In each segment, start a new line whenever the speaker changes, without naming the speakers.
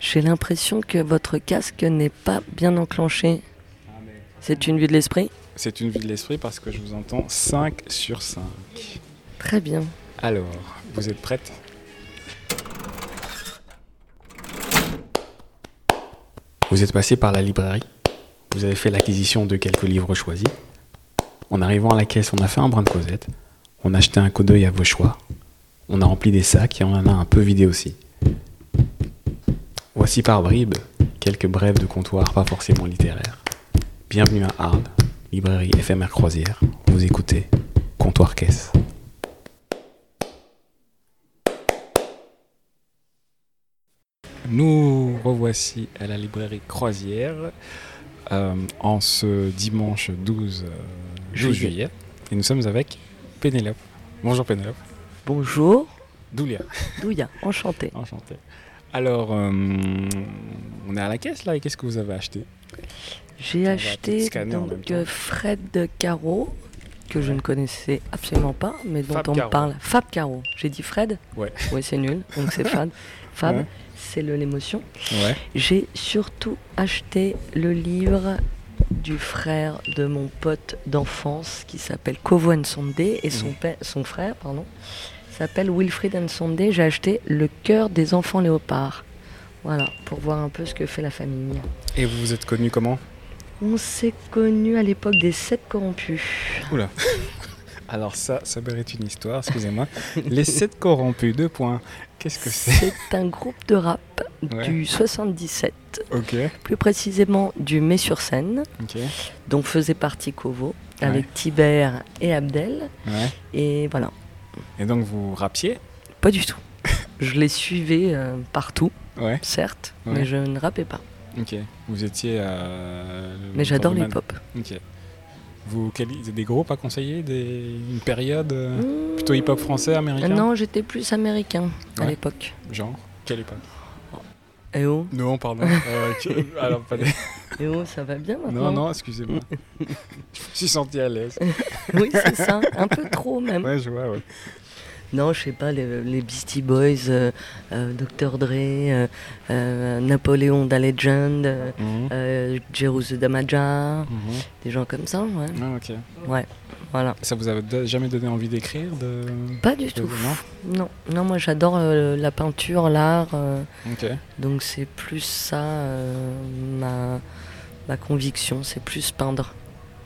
J'ai l'impression que votre casque n'est pas bien enclenché. C'est une vue de l'esprit
C'est une vue de l'esprit parce que je vous entends 5 sur 5.
Très bien.
Alors, vous êtes prête Vous êtes passé par la librairie. Vous avez fait l'acquisition de quelques livres choisis. En arrivant à la caisse, on a fait un brin de Cosette. On a jeté un coup d'œil à vos choix. On a rempli des sacs et on en a un peu vidé aussi. Voici par bribes quelques brèves de comptoir pas forcément littéraires. Bienvenue à Arles, librairie éphémère croisière. Vous écoutez Comptoir Caisse. Nous revoici à la librairie Croisière euh, en ce dimanche 12, euh, 12 juillet. Et nous sommes avec Pénélope. Bonjour Pénélope.
Bonjour,
Doulia.
Douya, enchanté.
Enchanté. Alors, euh, on est à la caisse là et qu'est-ce que vous avez até
J'ai
va tout
acheté
scanner en même
donc
temps.
euh, Fred Caro, que je ne connaissais absolument pas, mais dont
Fab
on
Caro.
me parle. Fab Caro. J'ai dit Fred
Ouais.
Ouais, c'est nul, donc c'est Fab. Fab,
Ouais.
c'est le- l'émotion.
Ouais.
J'ai surtout acheté le livre du frère de mon pote d'enfance qui s'appelle Kovo Sondé et
Mhm.
son, pa- son frère pardon s'appelle Wilfried Sondé. J'ai acheté Le cœur des enfants léopards. Voilà, pour voir un peu ce que fait la famille.
Et vous vous êtes connu comment
On s'est connus à l'époque des sept corrompus.
Ah, Alors ça, ça mérite une histoire, excusez-moi. Les 7 corrompus, deux points. Qu'est-ce que c'est
C'est un groupe de rap
Ouais.
du 77,
Ok.
plus précisément du Mai-sur-Seine,
Ok.
dont faisait partie Kovo,
Ouais.
avec Tibère et Abdel.
Ouais.
Et voilà.
Et donc vous rapiez
Pas du tout. je les suivais euh, partout,
Ouais.
certes,
Ouais.
mais je ne rappais pas.
Ok. Vous étiez. euh,
Mais j'adore
dans le
l'hip-hop.
man- Ok. Vous quali- des groupes à conseiller, des... une période euh,
Mmh.
plutôt hip-hop français, américain
Euh, Non, j'étais plus américain à
Ouais.
l'époque.
Genre Quelle époque
Eh oh,
Non, pardon. Euh, que- Alors, pas des-
eh oh, ça va bien maintenant
Non, non, excusez-moi. je me suis senti à l'aise.
Oui, c'est ça, un peu trop même.
Ouais, je vois, ouais.
Non, je sais pas, les, les Beastie Boys, euh, euh, Dr. Dre, euh, euh, Napoléon da Legend, euh,
Mhm.
euh, Jerusalem Aja,
Mhm.
des gens comme ça, ouais.
Ah, ok.
Voilà.
Ça vous a do- jamais donné envie d'écrire de...
Pas du tout.
Non
Non, non moi j'adore euh, la peinture, l'art. euh,
Ok.
Donc c'est plus ça euh, ma, ma conviction, c'est plus peindre.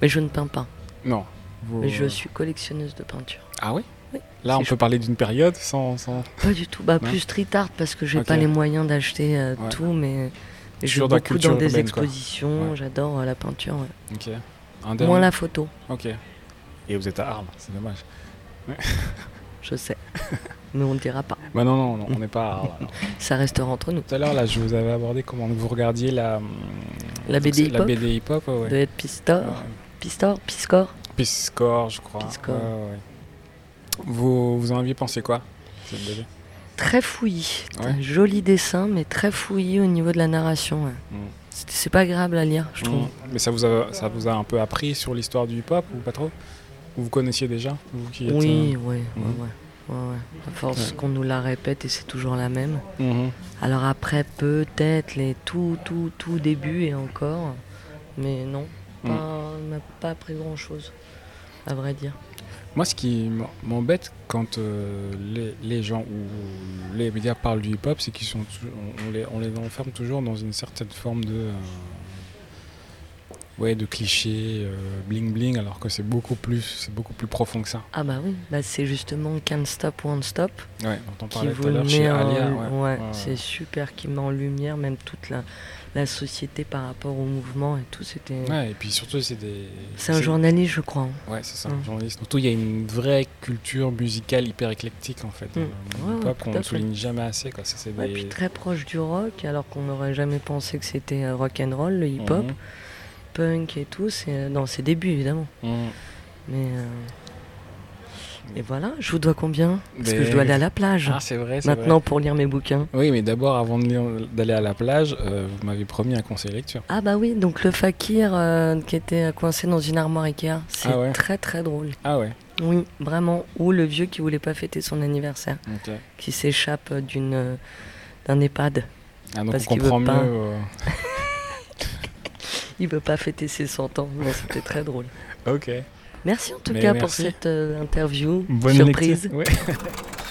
Mais je ne peins pas,
Non. Vous-
mais je suis collectionneuse de peinture.
Ah oui
Oui.
Là, on
C'est
peut parler d'une période sans... sans...
Pas du tout, bah
Non
plus street art parce que j'ai
Ok.
pas les moyens d'acheter euh,
Ouais.
tout, mais mais je vais
Toujours dans la
beaucoup
culture
dans des
urbaine, quoi.
expositions,
Ouais.
j'adore euh, la peinture, ouais.
Ok. Un
moins
dernier
la photo,
Ok. Et vous êtes à Arles, c'est dommage.
je sais, mais on ne dira pas,
Bah non, non, non, on n'est pas à Arles. alors.
ça restera entre nous.
Tout à l'heure, là, je vous avais abordé comment vous regardiez la... hum,
La BD
La
hip-hop
BD hip-hop, ouais.
De être Pistor,
Ouais.
Pistor, Piscor,
Piscor, je crois.
Piscor.
Ouais, ouais. Vous, vous en aviez pensé quoi cette BD
très fouillis,
Ouais.
joli dessin, mais très fouillis au niveau de la narration. ouais.
Mm.
C'est c'est pas agréable à lire, je trouve.
Mm. Mais ça vous, a, ça vous a un peu appris sur l'histoire du hip-hop ou pas trop Vous connaissiez déjà vous qui êtes,
Oui, ouais, ouais,
Mhm.
ouais, ouais, ouais. À force qu'on nous la répète et c'est toujours la même.
euh, mhm.
Alors après, peut-être les tout, tout, tout début et encore, mais non, pas,
Mhm.
on n'a pas appris grand-chose, à vrai dire.
Moi, ce qui m- m'embête quand euh, les, les gens ou les médias parlent du hip-hop, c'est qu'ils sont tou- on, on les, on les enferme toujours dans une certaine forme de euh, ouais de clichés euh, bling bling, alors que c'est beaucoup plus c'est beaucoup plus profond que ça.
Ah bah oui, bah c'est justement Can't Stop Won't Stop
Ouais, dont on
qui
parlait tout
vous
à
le
l'heure chez
met en...
Alia.
ouais,
ouais, ouais.
c'est super, qui met en lumière même toute la, la société par rapport au mouvement et tout, c'était...
Ouais, et puis surtout, c'est des.
C'est un journaliste, je crois. hein.
Ouais, c'est ça,
Mm.
un journaliste. Surtout, il y a une vraie culture musicale hyper éclectique, en fait.
Mm.
euh,
Ouais,
hip-hop,
tout
qu'on
à
ne
fait.
souligne jamais assez, quoi. Ça, c'est
Ouais,
des-
puis très proche du rock, alors qu'on n'aurait jamais pensé que c'était euh, rock'n'roll, le hip-hop.
Mhm.
punk et tout, c'est dans ses débuts évidemment.
Mm.
Mais euh, et voilà, je vous dois combien Parce que
Mais-
je dois aller à la plage
Ah, c'est vrai, c'est
maintenant pour lire mes bouquins.
vrai. Oui, mais d'abord, avant de lire- d'aller à la plage, euh, vous m'avez promis un conseil lecture.
Ah bah oui, donc le fakir euh, qui était coincé dans une armoire Ikea, c'est
Ah ouais.
très très drôle.
Ah ouais,
Oui, vraiment. Ou le vieux qui
Ah,
voulait pas fêter son anniversaire,
ok.
qui s'échappe d'une euh, d'un EHPAD
Ah, donc
Parce
on
qu'il veut
comprend mieux.
pas.
euh,
Il veut pas fêter ses 100 ans. Non, c'était très drôle.
Ok.
Merci en tout
Mais
cas pour
merci.
cette euh, interview.
Bonne
Surprise.
lecture. Ouais.